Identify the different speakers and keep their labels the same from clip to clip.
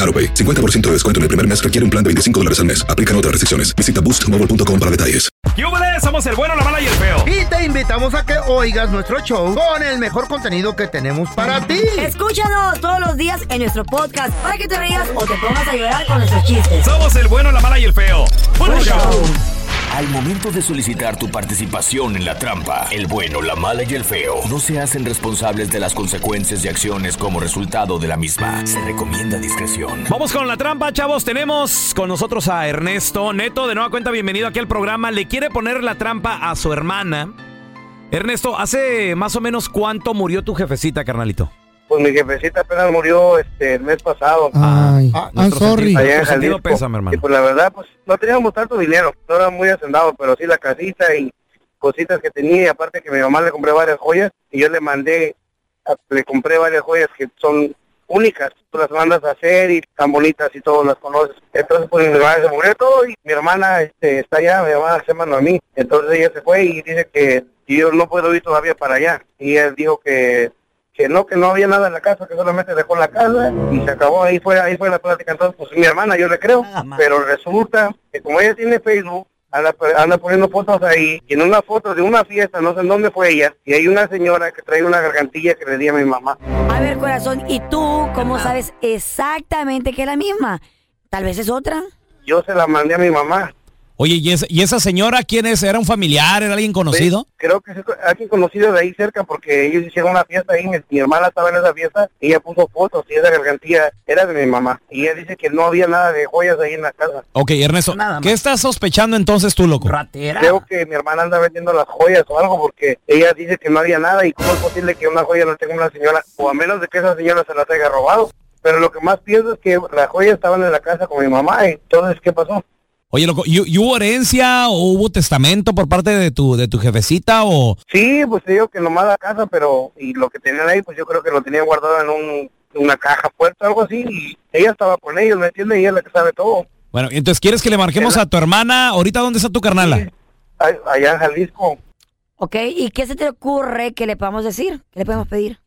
Speaker 1: AroPay. 50% de descuento en el primer mes requiere un plan de 25 dólares al mes. Aplican otras restricciones. Visita boostmobile.com para detalles.
Speaker 2: ¡Yúbales! Somos el bueno, la mala y el feo.
Speaker 3: Y te invitamos a que oigas nuestro show con el mejor contenido que tenemos para ti.
Speaker 4: Escúchanos todos los días en nuestro podcast para que te rías o te pongas a llorar con nuestros chistes.
Speaker 2: Somos el bueno, la mala y el feo. ¡Puro show!
Speaker 5: Al momento de solicitar tu participación en la trampa, el bueno, la mala y el feo no se hacen responsables de las consecuencias y acciones como resultado de la misma. Se recomienda discreción.
Speaker 2: Vamos con la trampa, chavos. Tenemos con nosotros a Ernesto Neto. De nueva cuenta, bienvenido aquí al programa. Le quiere poner la trampa a su hermana. Ernesto, ¿hace más o menos cuánto murió tu jefecita, carnalito?
Speaker 6: Pues mi jefecita apenas murió este el mes pasado.
Speaker 7: Ay, I'm
Speaker 2: Ah, nuestro
Speaker 7: sorry.
Speaker 2: sentido-
Speaker 6: Allá en
Speaker 2: nuestro sentido
Speaker 6: Jalisco.
Speaker 2: pésame, hermano.
Speaker 6: Y pues la verdad, pues no teníamos tanto dinero, no era muy hacendado, pero sí la casita y cositas que tenía, y aparte que mi mamá le compré varias joyas y yo le mandé, a- le compré varias joyas que son únicas, tú las mandas a hacer y tan bonitas y todos las conoces. Entonces pues mi hermana se murió todo y mi hermana este, está allá, mi hermana se mandó a mí. Entonces ella se fue y dice que yo no puedo ir todavía para allá. Y ella dijo que que no, que no había nada en la casa, que solamente dejó la casa y se acabó, ahí fue, ahí fue la plática. Entonces, pues mi hermana, yo le creo, pero resulta que como ella tiene Facebook, anda, anda poniendo fotos ahí, y en una foto de una fiesta, no sé en dónde fue ella, y hay una señora que trae una gargantilla que le di a mi mamá.
Speaker 4: A ver, corazón, ¿y tú cómo sabes exactamente que es la misma? Tal vez es otra.
Speaker 6: Yo se la mandé a mi mamá.
Speaker 8: Oye, ¿y, es- y esa señora quién es? ¿Era un familiar? ¿Era alguien conocido?
Speaker 6: Creo que es alguien conocido de ahí cerca porque ellos hicieron una fiesta ahí, mi, mi hermana estaba en esa fiesta y ella puso fotos y esa gargantilla era de mi mamá. Y ella dice que no había nada de joyas ahí en la casa.
Speaker 8: Ok, Ernesto, ¿qué estás sospechando entonces tú, loco?
Speaker 6: Creo que mi hermana anda vendiendo las joyas o algo porque ella dice que no había nada y cómo es posible que una joya no tenga una señora o a menos de que esa señora se las haya robado. Pero lo que más pienso es que las joyas estaban en la casa con mi mamá. Entonces, ¿qué pasó?
Speaker 8: Oye, loco, ¿y, y hubo herencia o hubo testamento por parte de tu, de tu jefecita o...?
Speaker 6: Sí, pues te digo que nomás la casa, pero y lo que tenían ahí, pues yo creo que lo tenían guardado en un- una caja fuerte o algo así. Y ella estaba con ellos, ¿me entiendes? Y ella es la que sabe todo.
Speaker 8: Bueno, entonces, ¿quieres que le marquemos a tu hermana? ¿Ahorita dónde está tu carnala?
Speaker 6: Ay- Allá en Jalisco.
Speaker 4: ¿Ok? ¿Y qué se te ocurre que le podamos decir? ¿Qué le podemos pedir?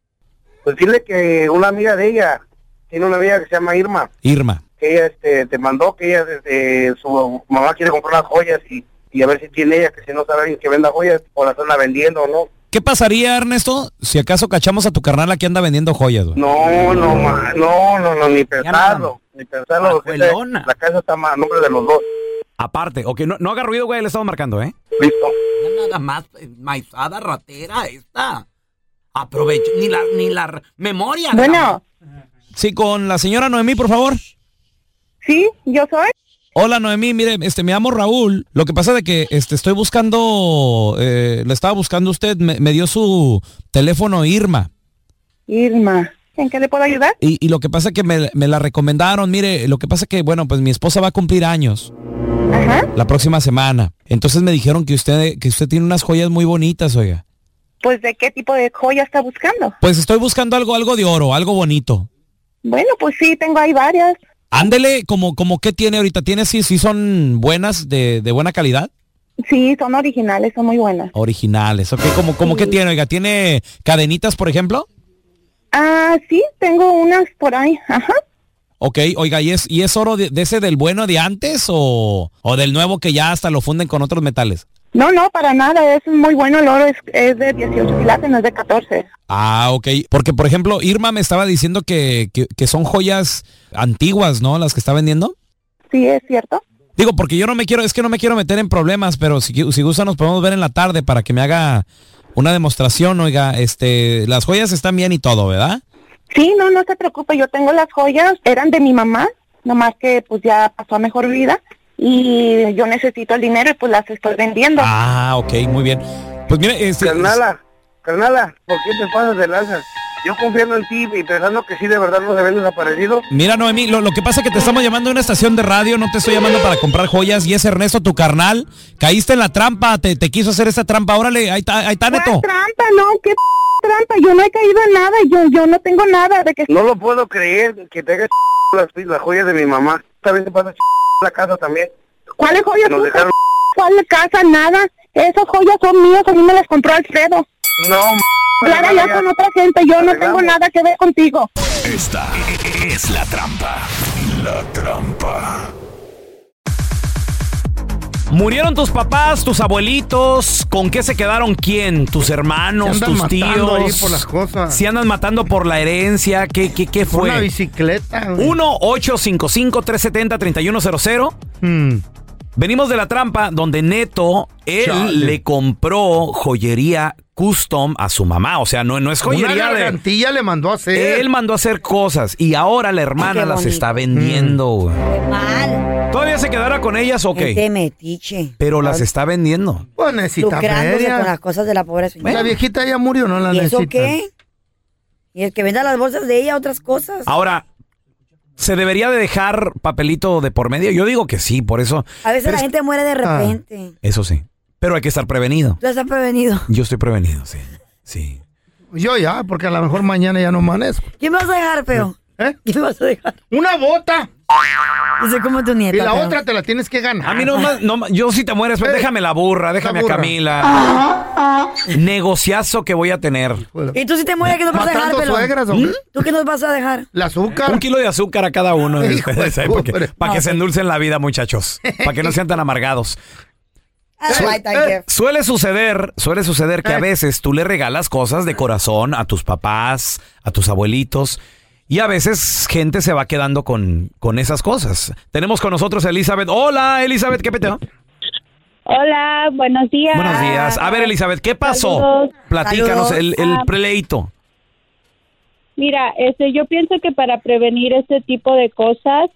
Speaker 6: Pues dile que una amiga de ella, tiene una amiga que se llama Irma.
Speaker 8: Irma.
Speaker 6: que ella este, te mandó, que ella este, su mamá quiere comprar las joyas y, y a ver si tiene ella, que si no sabe alguien que venda joyas o las anda vendiendo o no.
Speaker 8: ¿Qué pasaría, Ernesto, si acaso cachamos a tu carnala que anda vendiendo joyas? güey?
Speaker 6: No, no, ma- no, no, no, ni pensarlo, ni pensarlo. porque esa-
Speaker 2: Ajuelona.
Speaker 6: la casa está más a nombre de los dos.
Speaker 2: Aparte, ok, no, no haga ruido, güey, le estamos marcando, ¿eh?
Speaker 6: Listo.
Speaker 9: Nada más eh, maizada ratera esta. Aprovecho. Ni la, ni la r- memoria.
Speaker 10: Bueno,
Speaker 8: Sí, con la señora Noemí, por favor.
Speaker 10: sí, yo soy.
Speaker 8: Hola Noemí, mire, este, me llamo Raúl. Lo que pasa de que este, estoy buscando, eh, le estaba buscando a usted, me, me dio su teléfono Irma.
Speaker 10: Irma, ¿en qué le puedo ayudar?
Speaker 8: Y, y lo que pasa que me, me la recomendaron, mire, lo que pasa que, bueno, pues mi esposa va a cumplir años
Speaker 10: Ajá.
Speaker 8: la próxima semana. Entonces me dijeron que usted, que usted tiene unas joyas muy bonitas, oiga.
Speaker 10: Pues, ¿de qué tipo de joya está buscando?
Speaker 8: Pues estoy buscando algo, algo de oro, algo bonito.
Speaker 10: Bueno, pues sí, tengo ahí varias.
Speaker 11: Ándele, como, como qué tiene ahorita, tiene sí, sí son buenas, de, de buena calidad,
Speaker 10: Sí, son originales, son muy buenas.
Speaker 11: originales, ok, como, como qué tiene, oiga, tiene cadenitas, por ejemplo,
Speaker 10: Ah, sí, tengo unas por ahí, Ah, ajá.
Speaker 11: ok, oiga, y es, y es oro de, de ese del bueno de antes o, o del nuevo que ya hasta lo funden con otros metales.
Speaker 10: No, no, para nada, es muy bueno el oro, es, es de 18 quilates, no es de 14.
Speaker 11: Ah, ok, porque por ejemplo, Irma me estaba diciendo que, que, que son joyas antiguas, ¿no? Las que está vendiendo.
Speaker 10: Sí, es cierto.
Speaker 11: Digo, porque yo no me quiero, es que no me quiero meter en problemas, pero si, qui- si gusta nos podemos ver en la tarde para que me haga una demostración, oiga, este, las joyas están bien y todo, ¿verdad?
Speaker 10: Sí, no, no se preocupe, yo tengo las joyas, eran de mi mamá, nomás que pues ya pasó a mejor vida y yo necesito el dinero y pues las estoy vendiendo.
Speaker 11: Ah, ok, muy bien. Pues mire, este,
Speaker 6: Carnala, carnala, ¿por qué te pasas de lanza? Yo confiando en ti y pensando que sí de verdad no se habían desaparecido.
Speaker 11: mira, Noemí, lo, lo que pasa es que te estamos llamando a una estación de radio, no te estoy llamando para comprar joyas y es Ernesto, tu carnal, caíste en la trampa, te, te quiso hacer esa trampa, órale, ahí está, ahí está, Neto.
Speaker 10: Ah, Trampa, no, qué p- trampa, yo no he caído en nada, yo, yo no tengo nada de que...
Speaker 6: No lo puedo creer que te hagas las, las joyas de mi mamá. También te pasas la casa también.
Speaker 10: ¿Cuáles joyas
Speaker 6: Nos
Speaker 10: tú,
Speaker 6: dejaron-
Speaker 10: ¿Cuál casa? Nada. Esas joyas son mías, a mí me las compró Alfredo.
Speaker 6: No,
Speaker 10: Clara, ya con otra gente, yo no tengo nada que ver contigo.
Speaker 5: Esta es la trampa. La trampa.
Speaker 2: Murieron tus papás, tus abuelitos, ¿con qué se quedaron quién? ¿Tus hermanos,
Speaker 3: Se andan
Speaker 2: tus
Speaker 3: matando
Speaker 2: tíos?
Speaker 3: ahí por las cosas.
Speaker 2: Si andan matando por la herencia, ¿qué, qué, qué
Speaker 3: Por
Speaker 2: fue?
Speaker 3: una bicicleta. güey.
Speaker 2: 1-855-370-3100. Venimos de la trampa donde Neto, él
Speaker 3: Chale.
Speaker 2: le compró joyería custom a su mamá. O sea, no, no es
Speaker 3: Una
Speaker 2: joyería de...
Speaker 3: gargantilla le mandó a hacer.
Speaker 2: Él mandó a hacer cosas y ahora la hermana
Speaker 4: qué
Speaker 2: las
Speaker 4: bonito.
Speaker 2: está vendiendo. güey. ¿Todavía se quedará con ellas o
Speaker 4: Gente
Speaker 2: qué?
Speaker 3: Mm.
Speaker 4: metiche.
Speaker 2: Pero las está vendiendo.
Speaker 3: Pues necesita
Speaker 4: Lucrándose
Speaker 3: feria.
Speaker 4: con las cosas de la pobre señora.
Speaker 3: La viejita ya murió, no la
Speaker 4: ¿Y
Speaker 3: necesita.
Speaker 4: eso qué? Y el que venda las bolsas de ella, otras cosas.
Speaker 2: Ahora, ¿se debería de dejar papelito de por medio? Yo digo que sí, por eso.
Speaker 4: A veces
Speaker 2: Pero
Speaker 4: la
Speaker 2: es-
Speaker 4: gente muere de
Speaker 2: Ah.
Speaker 4: repente.
Speaker 2: Eso sí. Pero hay que estar prevenido.
Speaker 4: Tú estás prevenido.
Speaker 2: Yo estoy prevenido, sí. Sí.
Speaker 3: Yo ya, porque a lo mejor mañana ya no amanezco.
Speaker 4: ¿Qué me vas a dejar, feo?
Speaker 3: ¿Eh?
Speaker 4: ¿Qué me vas a dejar?
Speaker 3: Una bota.
Speaker 4: Dice, como tu nieta.
Speaker 3: Y la
Speaker 4: feo.
Speaker 3: otra te la tienes que ganar.
Speaker 2: A mí no más, no más- yo si te mueres, pues
Speaker 3: Eh,
Speaker 2: déjame la burra, déjame
Speaker 3: burra. Ah.
Speaker 2: a Camila. Negociazo que voy a tener.
Speaker 4: Y tú si te mueres, ¿qué nos vas a dejar,
Speaker 3: Matando
Speaker 4: pelón? ¿Mm?
Speaker 3: suegras, ¿o qué?
Speaker 4: ¿Tú qué nos vas a dejar?
Speaker 3: La azúcar.
Speaker 2: Un kilo de azúcar a cada uno.
Speaker 3: Hijo de su
Speaker 2: Para que,
Speaker 3: madre.
Speaker 2: pa' que se endulcen la vida, muchachos. Para que no sean tan amargados.
Speaker 4: I like that gift.
Speaker 2: Suele suceder, suele suceder que a
Speaker 3: Eh.
Speaker 2: veces tú le regalas cosas de corazón a tus papás, a tus abuelitos, y a veces gente se va quedando con, con esas cosas. Tenemos con nosotros a Elizabeth. Hola, Elizabeth, ¿qué peteo?
Speaker 12: Hola, buenos días.
Speaker 2: Buenos días. A ver, Elizabeth, ¿qué pasó?
Speaker 12: Ah, Saludos.
Speaker 2: Platícanos
Speaker 4: Saludos.
Speaker 2: el, el pleito.
Speaker 12: Mira, este, yo pienso que para prevenir este tipo de cosas,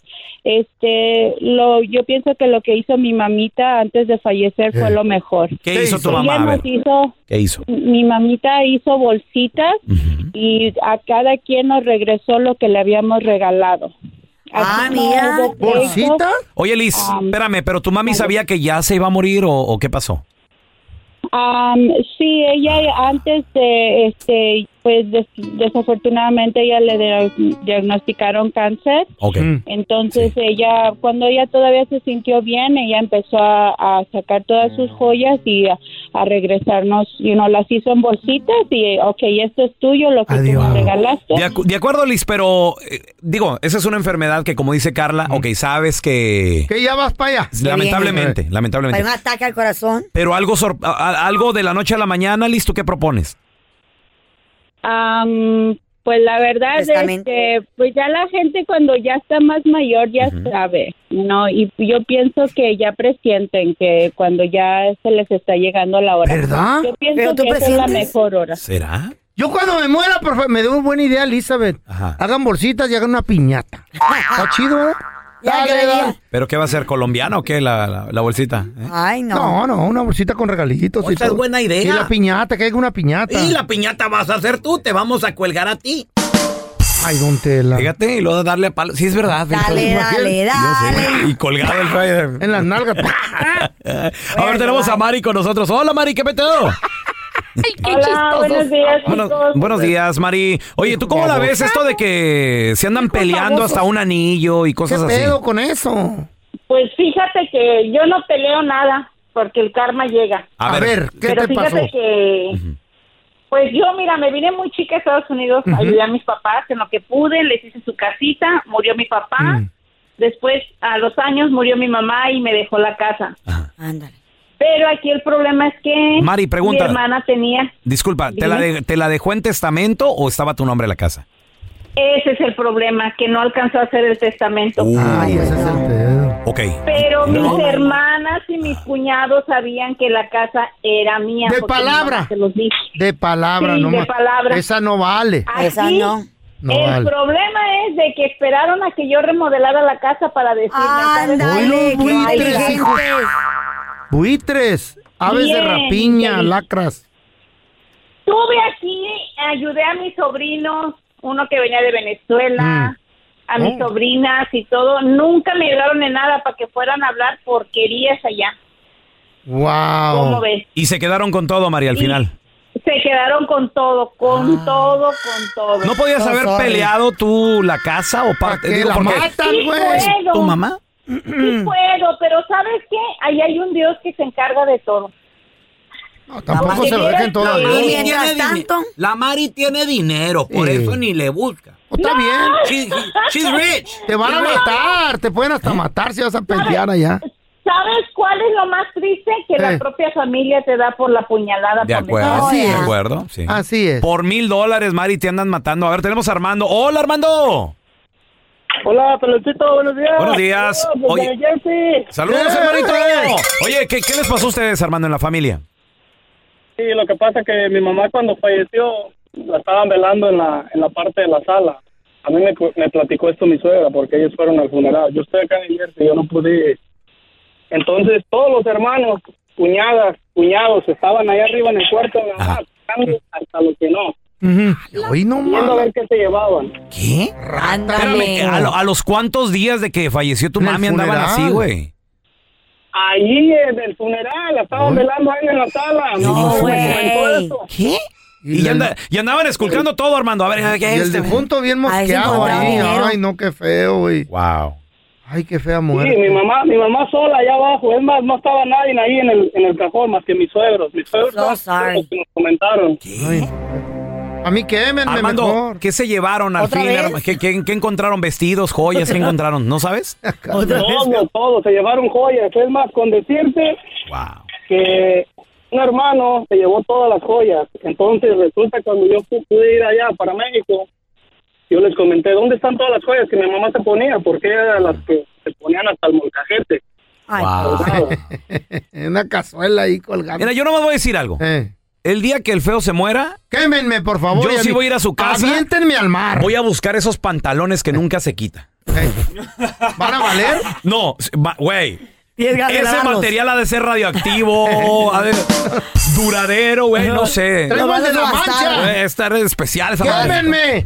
Speaker 12: este, lo, yo pienso que lo que hizo mi mamita antes de fallecer fue lo mejor.
Speaker 2: Eh, ¿Qué, hizo, tu mamá?
Speaker 12: Ella
Speaker 2: A ver,
Speaker 12: nos hizo,
Speaker 2: ¿qué hizo?
Speaker 12: mi mamita hizo bolsitas
Speaker 2: Ujú.
Speaker 12: y a cada quien nos regresó lo que le habíamos regalado.
Speaker 4: Ah,
Speaker 12: Así no
Speaker 4: mira.
Speaker 12: hubo pleito.
Speaker 3: ¿Bolsita?
Speaker 2: Oye, Liz,
Speaker 12: Um,
Speaker 2: espérame, pero tu mami sabía que ya se iba a morir o, o qué pasó?
Speaker 12: Am, sí, ella antes de, este, pues des- desafortunadamente ella le dia- diagnosticaron cáncer.
Speaker 2: Ok.
Speaker 3: Mm.
Speaker 12: Entonces ella, cuando ella todavía se sintió bien, ella empezó a, a sacar todas sus
Speaker 3: Mm.
Speaker 12: joyas y a, a regresarnos, y no las hizo en bolsitas y, ok, esto es tuyo, lo que tú
Speaker 3: Adiós.
Speaker 12: nos regalaste.
Speaker 2: De, acu- de acuerdo, Liz, pero eh, digo, esa es una enfermedad que, como dice Carla, ok, sabes que.
Speaker 3: Que ya vas para allá.
Speaker 2: Lamentablemente,
Speaker 4: Para un
Speaker 2: lamentablemente.
Speaker 4: ataque al corazón.
Speaker 2: Pero algo, sor- a- a- algo de la noche a la mañana, Liz, ¿tú qué propones?
Speaker 12: Am, pues la verdad,
Speaker 4: Testamento.
Speaker 12: este, pues ya la gente cuando ya está más mayor ya sabe, ¿no? Y yo pienso que ya presienten que cuando ya se les está llegando la hora.
Speaker 3: ¿Verdad?
Speaker 12: Yo
Speaker 4: ¿Pero
Speaker 12: pienso
Speaker 4: tú
Speaker 12: que esa es la
Speaker 4: presientes?
Speaker 12: mejor hora.
Speaker 2: ¿Será?
Speaker 3: Yo cuando me muera, por favor, me dio una buena idea, Elizabeth.
Speaker 2: Ajá.
Speaker 3: Hagan bolsitas y hagan una piñata.
Speaker 13: Ah,
Speaker 3: Está chido, ¿verdad?
Speaker 4: Ya,
Speaker 3: Dale,
Speaker 4: que le
Speaker 3: dale.
Speaker 4: diga.
Speaker 2: ¿Pero qué va a ser colombiana o qué la, la- la bolsita? ¿Eh?
Speaker 4: Ay, no.
Speaker 3: No, no, una bolsita con regalitos.
Speaker 13: Oye,
Speaker 3: y
Speaker 13: esa es
Speaker 3: todo.
Speaker 13: buena idea.
Speaker 3: Y la piñata, que haga una piñata.
Speaker 13: Y la piñata vas a hacer tú, te vamos a cuelgar a ti.
Speaker 3: Ay, don Tela.
Speaker 2: Fíjate, y luego darle a palo. Sí, es verdad. fíjate.
Speaker 4: Dale, dale, dale.
Speaker 2: Yo sé. Y colgado el rayo.
Speaker 3: En las nalgas.
Speaker 2: A ver, tenemos a Mari con nosotros. Hola, Mari, ¿qué peteo?
Speaker 7: Hola, buenos días,
Speaker 2: Bueno,
Speaker 7: chicos.
Speaker 2: buenos días, Mari. Oye, ¿tú cómo la ves esto de que se andan peleando hasta un anillo y cosas así?
Speaker 3: con eso?
Speaker 7: Pues fíjate que yo no peleo nada porque el karma llega.
Speaker 2: A ver, A ver, ¿qué
Speaker 7: Pero
Speaker 2: te
Speaker 7: fíjate
Speaker 2: pasó?
Speaker 7: que pues yo, mira, me vine muy chica a Estados Unidos,
Speaker 13: Ujú.
Speaker 7: ayudé a mis papás en lo que pude, les hice su casita, murió mi papá,
Speaker 2: Mm.
Speaker 3: Mm.
Speaker 7: después a los años murió mi mamá y me dejó la casa. Pero aquí el problema es que
Speaker 2: Mari, pregunta.
Speaker 7: mi hermana tenía,
Speaker 2: Disculpa, ¿te la,
Speaker 7: Dime.
Speaker 2: de- ¿te la dejó en testamento o estaba tu nombre en la casa?
Speaker 7: ese es el problema, que no alcanzó a hacer el testamento.
Speaker 2: Ok.
Speaker 7: Pero mis
Speaker 2: No.
Speaker 7: hermanas y mis cuñados sabían que la casa era mía.
Speaker 3: De
Speaker 7: porque mi
Speaker 3: palabra.
Speaker 7: mamá se los dijo.
Speaker 3: De palabra,
Speaker 7: Sí,
Speaker 3: no
Speaker 7: de
Speaker 3: más.
Speaker 7: palabra.
Speaker 3: Esa no vale.
Speaker 7: Aquí,
Speaker 3: No
Speaker 7: el
Speaker 3: vale.
Speaker 7: problema es de que esperaron a que yo remodelara la casa para decirme. ¿sabes?
Speaker 3: Ándale, Hoy los qué buitres, valientes. hijo. Buitres, aves de
Speaker 7: Bien,
Speaker 3: rapiña,
Speaker 7: infeliz.
Speaker 3: lacras.
Speaker 7: Estuve aquí, ayudé a mis sobrinos, uno que venía de Venezuela, a mis
Speaker 3: Mm. Oh.
Speaker 7: sobrinas y todo. Nunca me ayudaron en nada para que fueran a hablar porquerías allá.
Speaker 2: Wow.
Speaker 7: ¿Cómo ves?
Speaker 2: Y se quedaron con todo, Mari, al
Speaker 7: Y-
Speaker 2: final.
Speaker 7: Se quedaron con todo, con
Speaker 3: Ah.
Speaker 7: todo, con todo.
Speaker 2: ¿No podías haber peleado tú la casa o parte?
Speaker 7: qué
Speaker 2: Digo,
Speaker 7: la
Speaker 2: porque-
Speaker 7: matan, Sí güey? puedo.
Speaker 2: ¿Tu mamá?
Speaker 7: Sí puedo, pero ¿sabes qué? Ahí hay un Dios que se encarga de todo.
Speaker 3: Tampoco
Speaker 7: se lo dejen todo a Dios.
Speaker 9: Mari
Speaker 7: Y mientras
Speaker 9: tiene dine- La Mari tiene dinero, por
Speaker 3: Sí. Oh,
Speaker 9: eso ni le busca.
Speaker 3: Está bien.
Speaker 9: She- she's rich.
Speaker 3: Te van a
Speaker 9: She's rich. ¿Eh?
Speaker 3: matar, te pueden hasta matar si vas a pelear allá.
Speaker 7: ¿Sabes cuál es lo más triste? Que
Speaker 3: Eh.
Speaker 7: la propia familia te da por la puñalada.
Speaker 2: De
Speaker 7: por
Speaker 2: acuerdo,
Speaker 7: detrás.
Speaker 2: de acuerdo. sí.
Speaker 3: Así es.
Speaker 2: Por mil dólares, Mari, te andan matando. A ver, tenemos a Armando. ¡Hola, Armando!
Speaker 14: Hola, peloncito, buenos días.
Speaker 2: Buenos días.
Speaker 14: Saludos,
Speaker 2: Oye-
Speaker 14: desde Jersey.
Speaker 2: ¡Saludos,
Speaker 14: Eh.
Speaker 2: hermanito! Oye, ¿qué, ¿qué les pasó a ustedes, Armando, en la familia?
Speaker 14: Sí, lo que pasa es que mi mamá cuando falleció la estaban velando en la, en la parte de la sala. A mí me, cu- me platicó esto mi suegra porque ellos fueron al funeral. Yo estoy acá en Jersey, yo no pude ir. Entonces todos los hermanos, cuñadas, cuñados, estaban allá arriba en el cuarto de la mamá, buscando hasta lo que no.
Speaker 3: Hoy no
Speaker 14: Viendo a ver qué se llevaban.
Speaker 2: ¿Qué? Espérame, ¿a, lo- a los cuántos días de que falleció tu
Speaker 14: En el
Speaker 2: mami andaban
Speaker 14: funeral.
Speaker 2: así, güey?
Speaker 14: Allí en el funeral, la estaban velando ahí en la sala. No, pues, güey.
Speaker 2: ¿Qué? Y, ya anda- y andaban esculcando todo, Armando. A ver, ¿qué
Speaker 3: Y
Speaker 2: es
Speaker 3: el
Speaker 2: este, güey?
Speaker 3: difunto bien
Speaker 2: Ahí se
Speaker 3: mosqueado
Speaker 2: encontraba
Speaker 3: ahí.
Speaker 2: dinero.
Speaker 3: Ay, no, qué feo, güey.
Speaker 2: Wow.
Speaker 3: Ay, qué fea
Speaker 14: Sí,
Speaker 3: muerte.
Speaker 14: mi mamá, mi mamá sola allá abajo, es más, no estaba nadie ahí en el, en el cajón más que mis suegros, mis suegros
Speaker 3: So
Speaker 14: son
Speaker 3: sorry.
Speaker 14: los que nos comentaron.
Speaker 3: A mí quémenme
Speaker 2: Armando,
Speaker 3: mejor.
Speaker 2: ¿qué se llevaron al
Speaker 3: ¿Otra
Speaker 2: fin?
Speaker 3: vez?
Speaker 2: Arma- ¿Qué, qué, qué encontraron? ¿Vestidos, joyas? ¿Qué encontraron? ¿No sabes?
Speaker 14: Todo, todo, se llevaron joyas, es más, con decirte que un hermano se llevó todas las joyas, entonces resulta que cuando yo pu- pude ir allá para México, yo les comenté, ¿dónde están todas las joyas que mi mamá se ponía? Porque eran las que se ponían hasta el molcajete.
Speaker 3: Una cazuela ahí colgando.
Speaker 2: Mira, yo nomás voy a decir algo. El día que el feo se muera,
Speaker 3: Eh. Quémenme, por favor. y
Speaker 2: yo sí
Speaker 3: mí-
Speaker 2: voy a ir a su casa.
Speaker 3: Aviéntenme al mar. Eh.
Speaker 2: Voy a buscar esos pantalones que nunca se quita.
Speaker 3: ¿Van a valer?
Speaker 2: No, s- va- güey.
Speaker 3: Tienes ganas de
Speaker 2: Ese
Speaker 3: lavarlos.
Speaker 2: material ha de ser radioactivo, ha de duradero, güey, no sé.
Speaker 3: Traigo el de la mancha.
Speaker 2: Güey, Esta es especial esa madre.
Speaker 3: ¡Llámenme!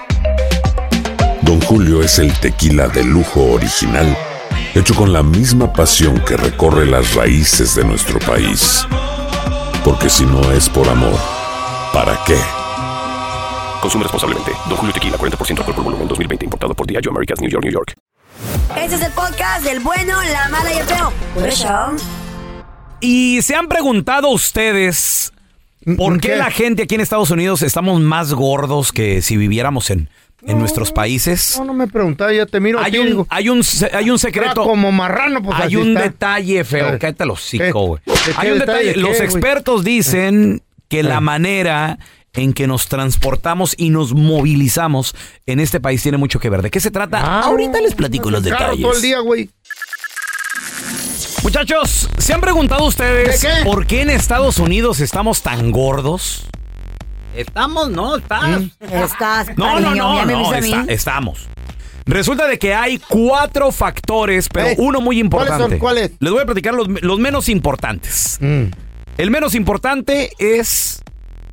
Speaker 15: Don Julio es el tequila de lujo original, hecho con la misma pasión que recorre las raíces de nuestro país. Porque si no es por amor, ¿para qué?
Speaker 16: Consume responsablemente. Don Julio Tequila 40% alcohol por volumen 2020 importado por Diageo Americas New York New York.
Speaker 4: Este es el podcast del bueno, la mala y el feo. Por eso.
Speaker 2: Y se han preguntado ustedes ¿Por qué
Speaker 8: ¿Qué?
Speaker 2: la gente aquí en Estados Unidos estamos más gordos que si viviéramos en, en nuestros países?
Speaker 3: No, no me preguntaba, ya te miro
Speaker 2: Hay
Speaker 3: aquí y
Speaker 2: un,
Speaker 3: digo,
Speaker 2: hay un se- hay un secreto.
Speaker 3: Ah, como marrano, pues,
Speaker 2: Hay
Speaker 3: así
Speaker 2: un
Speaker 3: está.
Speaker 2: detalle
Speaker 3: A
Speaker 2: feo.
Speaker 3: ver.
Speaker 2: Cállate los hocico, güey.
Speaker 3: ¿De qué
Speaker 2: Hay un
Speaker 3: detalle?
Speaker 2: detalle.
Speaker 3: ¿Qué,
Speaker 2: Los
Speaker 3: güey? Eh.
Speaker 2: expertos dicen que la manera en que nos transportamos y nos movilizamos en este país tiene mucho que ver. ¿De qué se trata? Ahorita les platico los
Speaker 3: carro
Speaker 2: detalles.
Speaker 3: Ah, todo el día, güey.
Speaker 2: Muchachos, ¿se han preguntado ustedes
Speaker 9: ¿De qué?
Speaker 2: por qué en Estados Unidos estamos tan gordos?
Speaker 9: Estamos, no,
Speaker 3: Mm.
Speaker 9: estás.
Speaker 4: Estás,
Speaker 2: No, no,
Speaker 9: cariño,
Speaker 2: no,
Speaker 9: ya me
Speaker 2: no,
Speaker 9: ves a
Speaker 2: está- eh,
Speaker 9: mí.
Speaker 2: estamos. Resulta de que hay cuatro factores, pero
Speaker 9: Ey,
Speaker 2: uno muy
Speaker 9: ¿cuáles
Speaker 2: importante.
Speaker 9: son? ¿Cuáles? Mm.
Speaker 2: Les voy a platicar los, los menos importantes. El menos importante es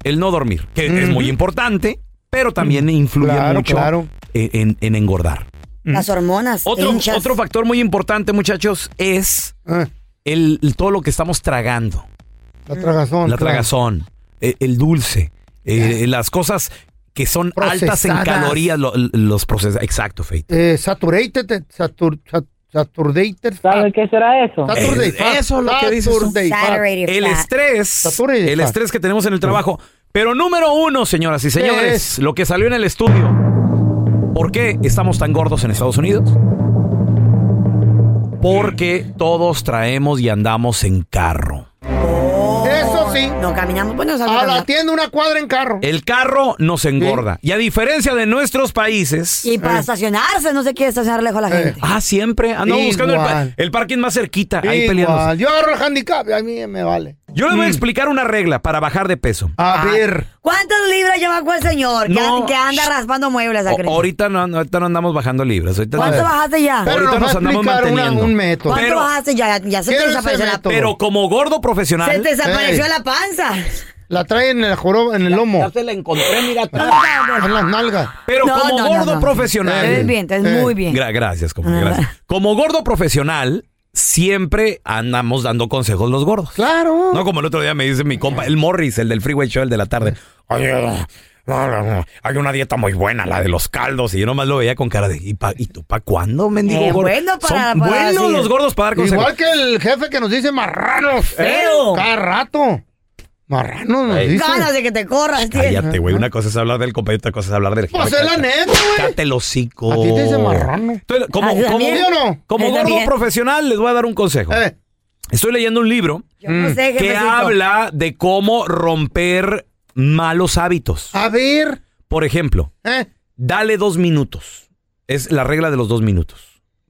Speaker 2: el no dormir, que
Speaker 9: Mm.
Speaker 2: es muy importante, pero también influye
Speaker 4: Claro,
Speaker 2: mucho
Speaker 4: claro.
Speaker 2: En, en- en engordar.
Speaker 9: Mm.
Speaker 4: Las hormonas. te
Speaker 2: Otro,
Speaker 4: hinchas.
Speaker 2: otro factor muy importante, muchachos, es
Speaker 9: Ah.
Speaker 2: el, el- todo lo que estamos tragando.
Speaker 3: La tragazón.
Speaker 2: La tragazón, eh, el, dulce, eh, las cosas que son altas en
Speaker 3: Procesadas.
Speaker 2: calorías, lo- los procesos. Exacto, Fate.
Speaker 3: Eh, saturated, satur, sat- saturated. ¿Sabes
Speaker 13: qué será eso?
Speaker 3: Saturated.
Speaker 2: Eh, eso es lo que dices. tú. El estrés, el estrés que tenemos en el trabajo. Pero número uno, señoras y señores, lo que salió en el estudio. ¿Por qué estamos tan gordos en Estados Unidos? Porque todos traemos y andamos en carro.
Speaker 3: Eso sí.
Speaker 4: No caminamos, bueno,
Speaker 3: A la tienda una cuadra en carro.
Speaker 2: El carro nos engorda. Y a diferencia de nuestros países...
Speaker 4: Y para estacionarse, no se quiere estacionar lejos la gente.
Speaker 2: Ah, siempre. Andamos buscando el, pa- el parking más cerquita. Ahí peleando.
Speaker 3: Igual. Yo agarro el handicap, a mí me vale.
Speaker 2: Yo les voy a explicar una regla para bajar de peso.
Speaker 4: Ah,
Speaker 3: A ver.
Speaker 4: ¿Cuántas libras lleva cuál señor? que,
Speaker 2: No.
Speaker 4: an- que anda raspando muebles, ¿a creer?
Speaker 2: ahorita, no, no- ahorita no andamos bajando libras. Ahorita
Speaker 4: ¿Cuánto
Speaker 2: no-
Speaker 4: bajaste ya?
Speaker 2: Pero Ahorita nos nos va a andamos explicar una- manteniendo. un método.
Speaker 4: ¿Cuánto
Speaker 2: Pero-
Speaker 4: bajaste ya? Ya se te desapareció la
Speaker 2: Pero como gordo profesional.
Speaker 4: Se te desapareció la panza.
Speaker 3: La trae en el jorobo, en el lomo. Ya
Speaker 2: se la encontré, mira.
Speaker 3: En las nalgas.
Speaker 2: Pero
Speaker 4: No,
Speaker 2: como
Speaker 4: no, no,
Speaker 2: gordo
Speaker 4: no.
Speaker 2: profesional. Eh.
Speaker 4: Te ves bien, te ves muy bien. Ah.
Speaker 2: Gra- gracias, compa, gracias. Como gordo profesional, siempre andamos dando consejos los gordos.
Speaker 3: Claro.
Speaker 2: No como el otro día me dice mi compa, el Morris, el del Freeway Show, el de la tarde. Oye, no, no, no, hay una dieta muy buena, la de los caldos. Y yo nomás lo veía con cara de, ¿y, pa- y tú para cuándo, mendigo
Speaker 4: Eh,
Speaker 2: gordo?
Speaker 4: bueno para-
Speaker 2: Son
Speaker 4: para
Speaker 2: buenos
Speaker 4: decir.
Speaker 2: los gordos para dar consejos.
Speaker 3: Igual que el jefe que nos dice marranos. ¿eh?
Speaker 4: Feo.
Speaker 3: Cada rato. Marranos nos
Speaker 2: Ey.
Speaker 3: dice.
Speaker 4: Ganas de que te corras, tío.
Speaker 2: Cállate, güey. Una cosa es hablar del compa y otra cosa es hablar del
Speaker 4: Pues es la neta, güey.
Speaker 2: Cállate el hocico.
Speaker 3: A ti te dice marrano.
Speaker 2: Entonces, como,
Speaker 3: ¿A ti
Speaker 2: como-
Speaker 3: también? ¿Sí o no?
Speaker 2: como
Speaker 3: ¿A ti
Speaker 2: gordo
Speaker 3: también?
Speaker 2: profesional, les voy a dar un consejo. Estoy leyendo un libro
Speaker 4: no
Speaker 2: mm,
Speaker 4: sé,
Speaker 2: que
Speaker 4: jefecito.
Speaker 2: habla de cómo romper malos hábitos.
Speaker 3: A ver. Eh.
Speaker 2: Por ejemplo, dale dos minutos. Es la regla de los dos minutos.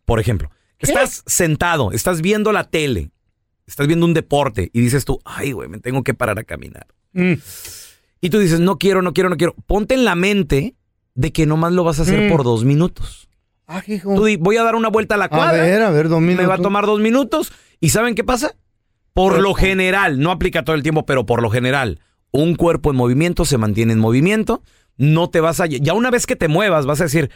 Speaker 2: Por ejemplo, estás sentado, estás viendo la tele, estás viendo un deporte y dices tú, ay, güey, me tengo que parar a caminar.
Speaker 3: Mm.
Speaker 2: Y tú dices, no quiero, no quiero, no quiero. Ponte en la mente de que nomás lo vas a hacer
Speaker 3: Mm.
Speaker 2: por dos minutos.
Speaker 3: Ah, hijo.
Speaker 2: Tú di, voy a dar una vuelta a la
Speaker 3: A
Speaker 2: cuadra.
Speaker 3: ver, a ver, dos
Speaker 2: me va a
Speaker 3: minutos.
Speaker 2: tomar dos minutos. ¿Y saben qué pasa? Por lo general, no aplica todo el tiempo, pero por lo general, un cuerpo en movimiento se mantiene en movimiento. No te vas a... Ya una vez que te muevas, vas a decir,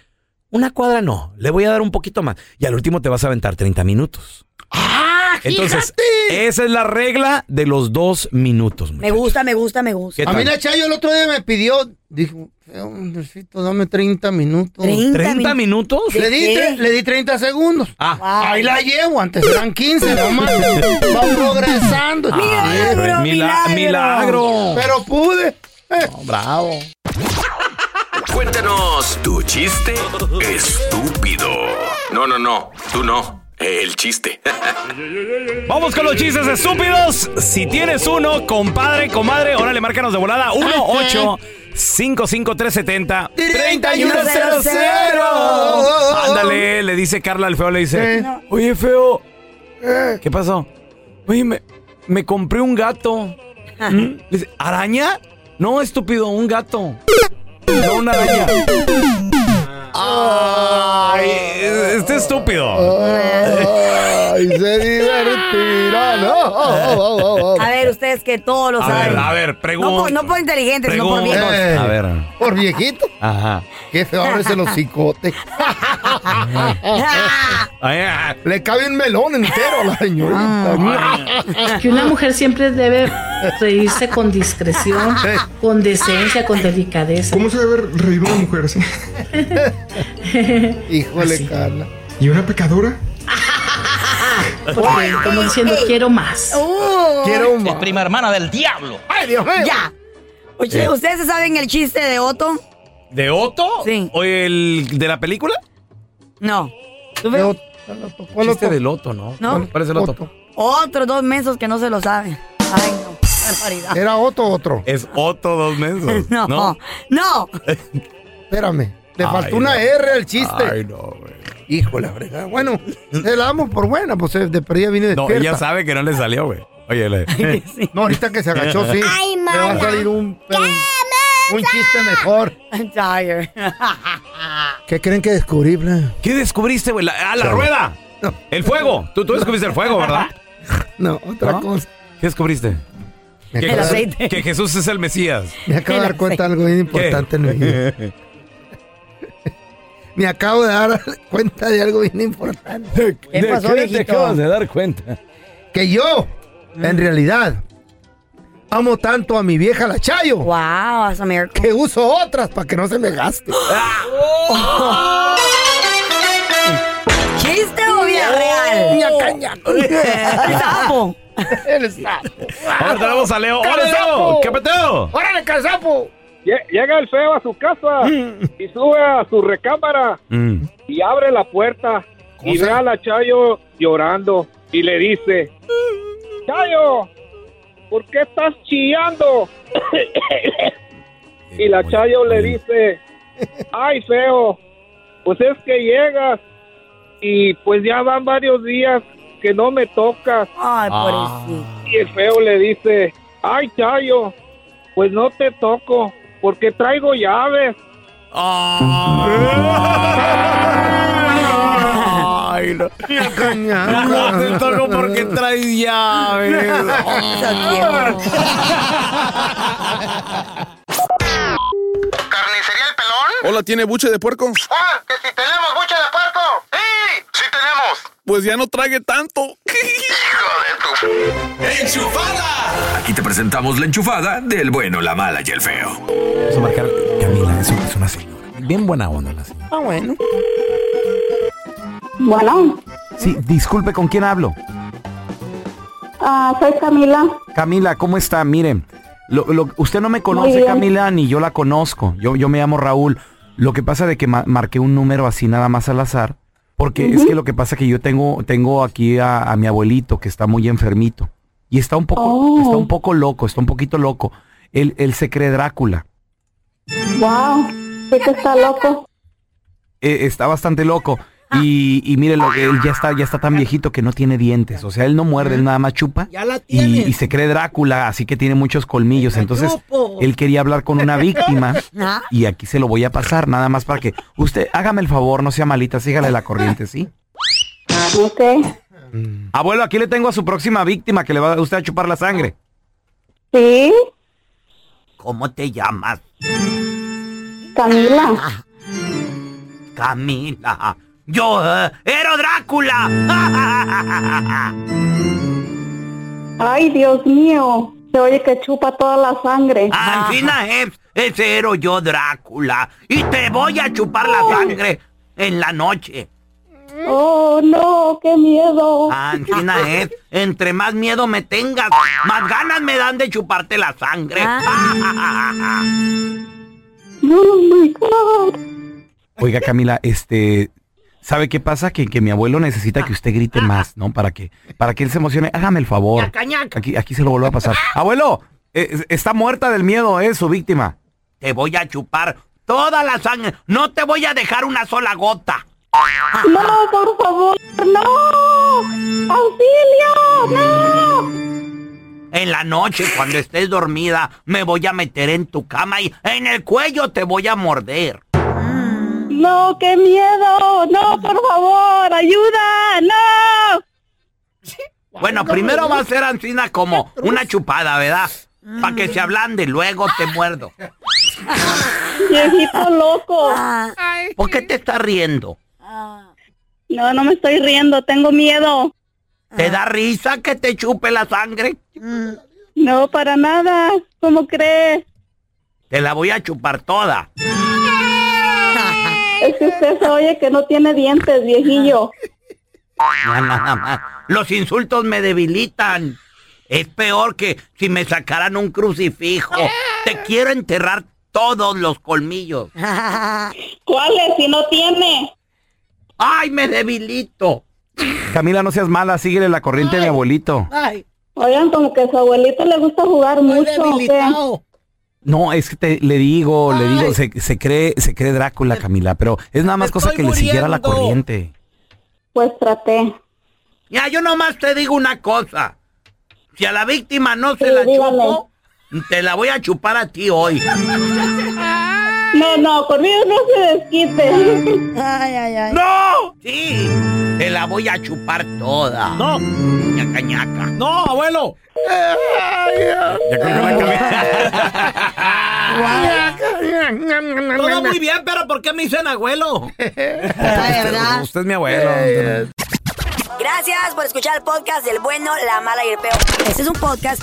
Speaker 2: una cuadra no, le voy a dar un poquito más. Y al último te vas a aventar 30 minutos.
Speaker 4: Ah,
Speaker 2: Entonces, esa es la regla de los dos minutos.
Speaker 4: Me gusta, me gusta, me gusta.
Speaker 2: ¿Qué
Speaker 3: A mí
Speaker 2: tal?
Speaker 3: la Chayo el otro día me pidió, dijo, "Feo, necesito, dame 30 minutos.
Speaker 4: 30 ¿30
Speaker 2: minutos?
Speaker 3: Le
Speaker 4: ¿De
Speaker 3: di,
Speaker 4: qué?
Speaker 3: tre- le di 30 segundos.
Speaker 2: Ah.
Speaker 3: Ahí la llevo, antes eran 15 nomás. Va progresando.
Speaker 2: Milagro, Ah, eh, Mila- milagro. milagro.
Speaker 3: Pero pude. Eh.
Speaker 2: Bravo.
Speaker 5: Cuéntanos tu chiste estúpido. No, no, no, tú no. El chiste.
Speaker 2: Vamos con los chistes estúpidos. Si tienes uno, compadre, comadre, órale, márcanos de volada. 1 8 55370 Ándale, le dice Carla al feo, le dice. Oye, feo. ¿Qué pasó? Oye, me, me compré un gato. ¿Mm? Le dice, ¿Araña? No, estúpido, un gato. No, una araña. Ay, este estúpido.
Speaker 3: Ay, se divertirá. No, oh, oh, oh, oh, oh.
Speaker 4: A ver, ustedes que todos lo
Speaker 2: A
Speaker 4: saben.
Speaker 2: ver, a ver,
Speaker 4: No
Speaker 2: pregunta.
Speaker 4: por, no por inteligentes, sino por viejos.
Speaker 3: Eh.
Speaker 2: A ver.
Speaker 3: Por viejito.
Speaker 2: Ajá.
Speaker 3: Qué feo abre ese hocicote.
Speaker 2: ah.
Speaker 3: Le cabe un melón entero a la señorita.
Speaker 17: Que una mujer siempre debe reírse con discreción, con decencia, con delicadeza. ¿Cómo se debe reír una mujer así?
Speaker 3: Híjole, Carla.
Speaker 17: ¿Y una pecadora? Porque como diciendo, quiero más.
Speaker 3: Quiero
Speaker 13: Es prima hermana del diablo.
Speaker 3: ¡Ay, Dios mío!
Speaker 4: Ya. Oye,
Speaker 2: Eh.
Speaker 4: ¿ustedes se saben el chiste de Otto?
Speaker 2: ¿De Otto? Sí. ¿O el de la película?
Speaker 4: No. ¿Tú ves?
Speaker 2: ¿Cuál chiste del Otto, ¿no?
Speaker 4: No.
Speaker 2: ¿Cuál es el Otto?
Speaker 4: Otros dos mensos que no se lo saben. Ay, no. Barbaridad.
Speaker 3: ¿Era Otto o otro?
Speaker 2: Es Otto dos mensos.
Speaker 4: No.
Speaker 2: ¿no?
Speaker 4: ¡No!
Speaker 3: Espérame. Le
Speaker 2: Ay,
Speaker 3: faltó
Speaker 2: no.
Speaker 3: una R al chiste.
Speaker 2: Ay, no, güey.
Speaker 3: Híjole, la fregada. Bueno, se la damos por buena, pues eh, de perdida viene
Speaker 2: No,
Speaker 3: despierta.
Speaker 2: ella sabe que no le salió, güey. Oye, le...
Speaker 3: No, ahorita que se agachó, sí.
Speaker 2: Ay,
Speaker 3: Le va a
Speaker 2: mala.
Speaker 3: salir un, pero un- un chiste mejor.
Speaker 4: I'm tired.
Speaker 3: ¿Qué creen que descubrí, bla?
Speaker 2: ¿Qué descubriste, güey? La- ¡Ah, la
Speaker 3: Chale.
Speaker 2: rueda! El fuego. Tú, tú descubriste el fuego, ¿verdad?
Speaker 3: No, otra
Speaker 2: ¿No?
Speaker 3: cosa.
Speaker 2: ¿Qué descubriste? Que,
Speaker 3: acabo de-
Speaker 2: Jesús, que Jesús es el Mesías.
Speaker 3: Me acabo de dar cuenta de algo bien importante en mi vida. Me acabo de dar cuenta de algo bien importante.
Speaker 4: ¿Qué ¿De pasó, qué te viejito? Mm. acabas de
Speaker 2: dar cuenta?
Speaker 3: Que yo, en realidad, amo tanto a mi vieja la Chayo.
Speaker 4: Wow,
Speaker 3: Que uso otras para que no se me gaste. Ah.
Speaker 4: ¿Chiste o vida real?
Speaker 3: Ñaca, ñaca.
Speaker 4: El sapo.
Speaker 3: El sapo.
Speaker 2: Ahora tenemos a Leo. ¡Hola, Leo! ¿Qué peteo?
Speaker 3: ¡Órale, casapo!
Speaker 18: Llega el feo a su casa y sube a su recámara y abre la puerta y ve a la Chayo llorando y le dice, Chayo, ¿por qué estás chillando? y la Chayo le dice, ay feo, pues es que llegas y pues ya van varios días que no me tocas.
Speaker 4: Ay,
Speaker 2: Ah.
Speaker 18: por Y el feo le dice, ay Chayo, pues no te toco porque traigo llaves.
Speaker 2: Ah. Ay, no.
Speaker 3: No
Speaker 2: te toco porque traes llaves.
Speaker 1: Hola, ¿tiene buche de puerco?
Speaker 19: ¡Ah! ¡Que si tenemos buche de puerco! ¡Sí! ¡Sí tenemos!
Speaker 1: Pues ya no trague tanto.
Speaker 5: Aquí te presentamos la enchufada del bueno, la mala y el feo.
Speaker 2: Vamos a marcar Camila, es una, es una señora. Bien buena onda la señora.
Speaker 3: Ah, bueno.
Speaker 7: Bueno,
Speaker 2: Sí, disculpe, ¿con quién hablo?
Speaker 7: ah, soy Camila.
Speaker 2: Camila, ¿cómo está? Miren, lo- lo- usted no me
Speaker 7: Muy
Speaker 2: conoce,
Speaker 7: bien.
Speaker 2: Camila, ni yo la conozco. Yo, yo me llamo Raúl. Lo que pasa de que ma- marqué un número así nada más al azar, porque es que lo que pasa que yo tengo, tengo aquí a, a mi abuelito que está muy enfermito. Y está un poco,
Speaker 7: Oh.
Speaker 2: está un poco loco, está un poquito loco. Él, él se cree Drácula.
Speaker 7: Wow, sé que está loco.
Speaker 2: Eh, está bastante loco.
Speaker 20: Ah.
Speaker 2: Y, y mire, lo- él ya está, ya está tan viejito que no tiene dientes. O sea, él no muerde, él nada más chupa.
Speaker 20: Ah. Ya la
Speaker 2: y,
Speaker 20: tienes.
Speaker 2: y se cree Drácula, así que tiene muchos colmillos. Entonces,
Speaker 20: chupo.
Speaker 2: él quería hablar con una víctima
Speaker 20: Ah.
Speaker 2: y aquí se lo voy a pasar, nada más para que usted hágame el favor, no sea malita, sígale la corriente, ¿sí?
Speaker 7: Ok.
Speaker 2: Abuelo, aquí le tengo a su próxima víctima que le va a usted a chupar la sangre.
Speaker 7: Sí,
Speaker 13: ¿Cómo te llamas?
Speaker 7: Camila.
Speaker 13: Camila. Yo eh, era Drácula.
Speaker 7: Ay, Dios mío. Se oye que chupa toda la sangre.
Speaker 13: Al final es, ese era yo Drácula. Y te voy a chupar la sangre en la noche.
Speaker 7: Oh, no, qué miedo.
Speaker 13: Ancina es, entre más miedo me tengas, más ganas me dan de chuparte la sangre.
Speaker 2: Ah.
Speaker 7: Oh my God.
Speaker 2: Oiga, Camila, este, ¿sabe qué pasa? Que, que mi abuelo necesita que usted grite más, ¿no? Para que, para que él se emocione. Hágame el favor. Aquí, aquí se lo vuelvo a pasar. Abuelo, eh, es- está muerta del miedo, ¿eh? Su víctima.
Speaker 13: Te voy a chupar toda la sangre. No te voy a dejar una sola gota.
Speaker 7: No, por favor, no. Auxilio, no.
Speaker 13: En la noche, cuando estés dormida, me voy a meter en tu cama y en el cuello te voy a morder.
Speaker 7: No, qué miedo. No, por favor, ayuda. No.
Speaker 13: Bueno, primero va a ser Ancina como una chupada, ¿verdad? Para que se ablande, luego te muerdo.
Speaker 7: Viejito loco.
Speaker 13: ¿Por qué te estás riendo?
Speaker 7: No, no me estoy riendo, tengo miedo.
Speaker 13: ¿Te da risa que te chupe la sangre?
Speaker 7: No, para nada. ¿Cómo crees?
Speaker 13: Te la voy a chupar toda.
Speaker 7: Es que usted se oye que no tiene dientes, viejillo.
Speaker 13: No, nada más. Los insultos me debilitan. Es peor que si me sacaran un crucifijo. Te quiero enterrar todos los colmillos.
Speaker 7: ¿Cuáles? Si no tiene.
Speaker 13: ¡Ay, me debilito!
Speaker 2: Camila, no seas mala, síguele la corriente de mi abuelito.
Speaker 7: Oigan, como que a su abuelito le gusta jugar mucho. ¿o qué?
Speaker 2: No, es que te- le digo, le digo, se, se cree, se cree Drácula, Camila, pero es nada más cosa que le siguiera la
Speaker 13: muriendo.
Speaker 2: corriente.
Speaker 7: Pues traté.
Speaker 13: Ya, yo nomás te digo una cosa. Si a la víctima no se la chupo, te la voy a chupar a ti hoy.
Speaker 7: No, no, conmigo no se desquite. Ay, ay, ay.
Speaker 13: ¡No! Sí, te la voy a chupar toda. No. Ñaca, ñaca.
Speaker 2: No, abuelo.
Speaker 9: Todo muy bien, pero ¿por qué me dicen abuelo?
Speaker 4: verdad.
Speaker 2: Usted es mi abuelo.
Speaker 4: Gracias por escuchar el podcast del bueno, la mala y el peor. Este es un podcast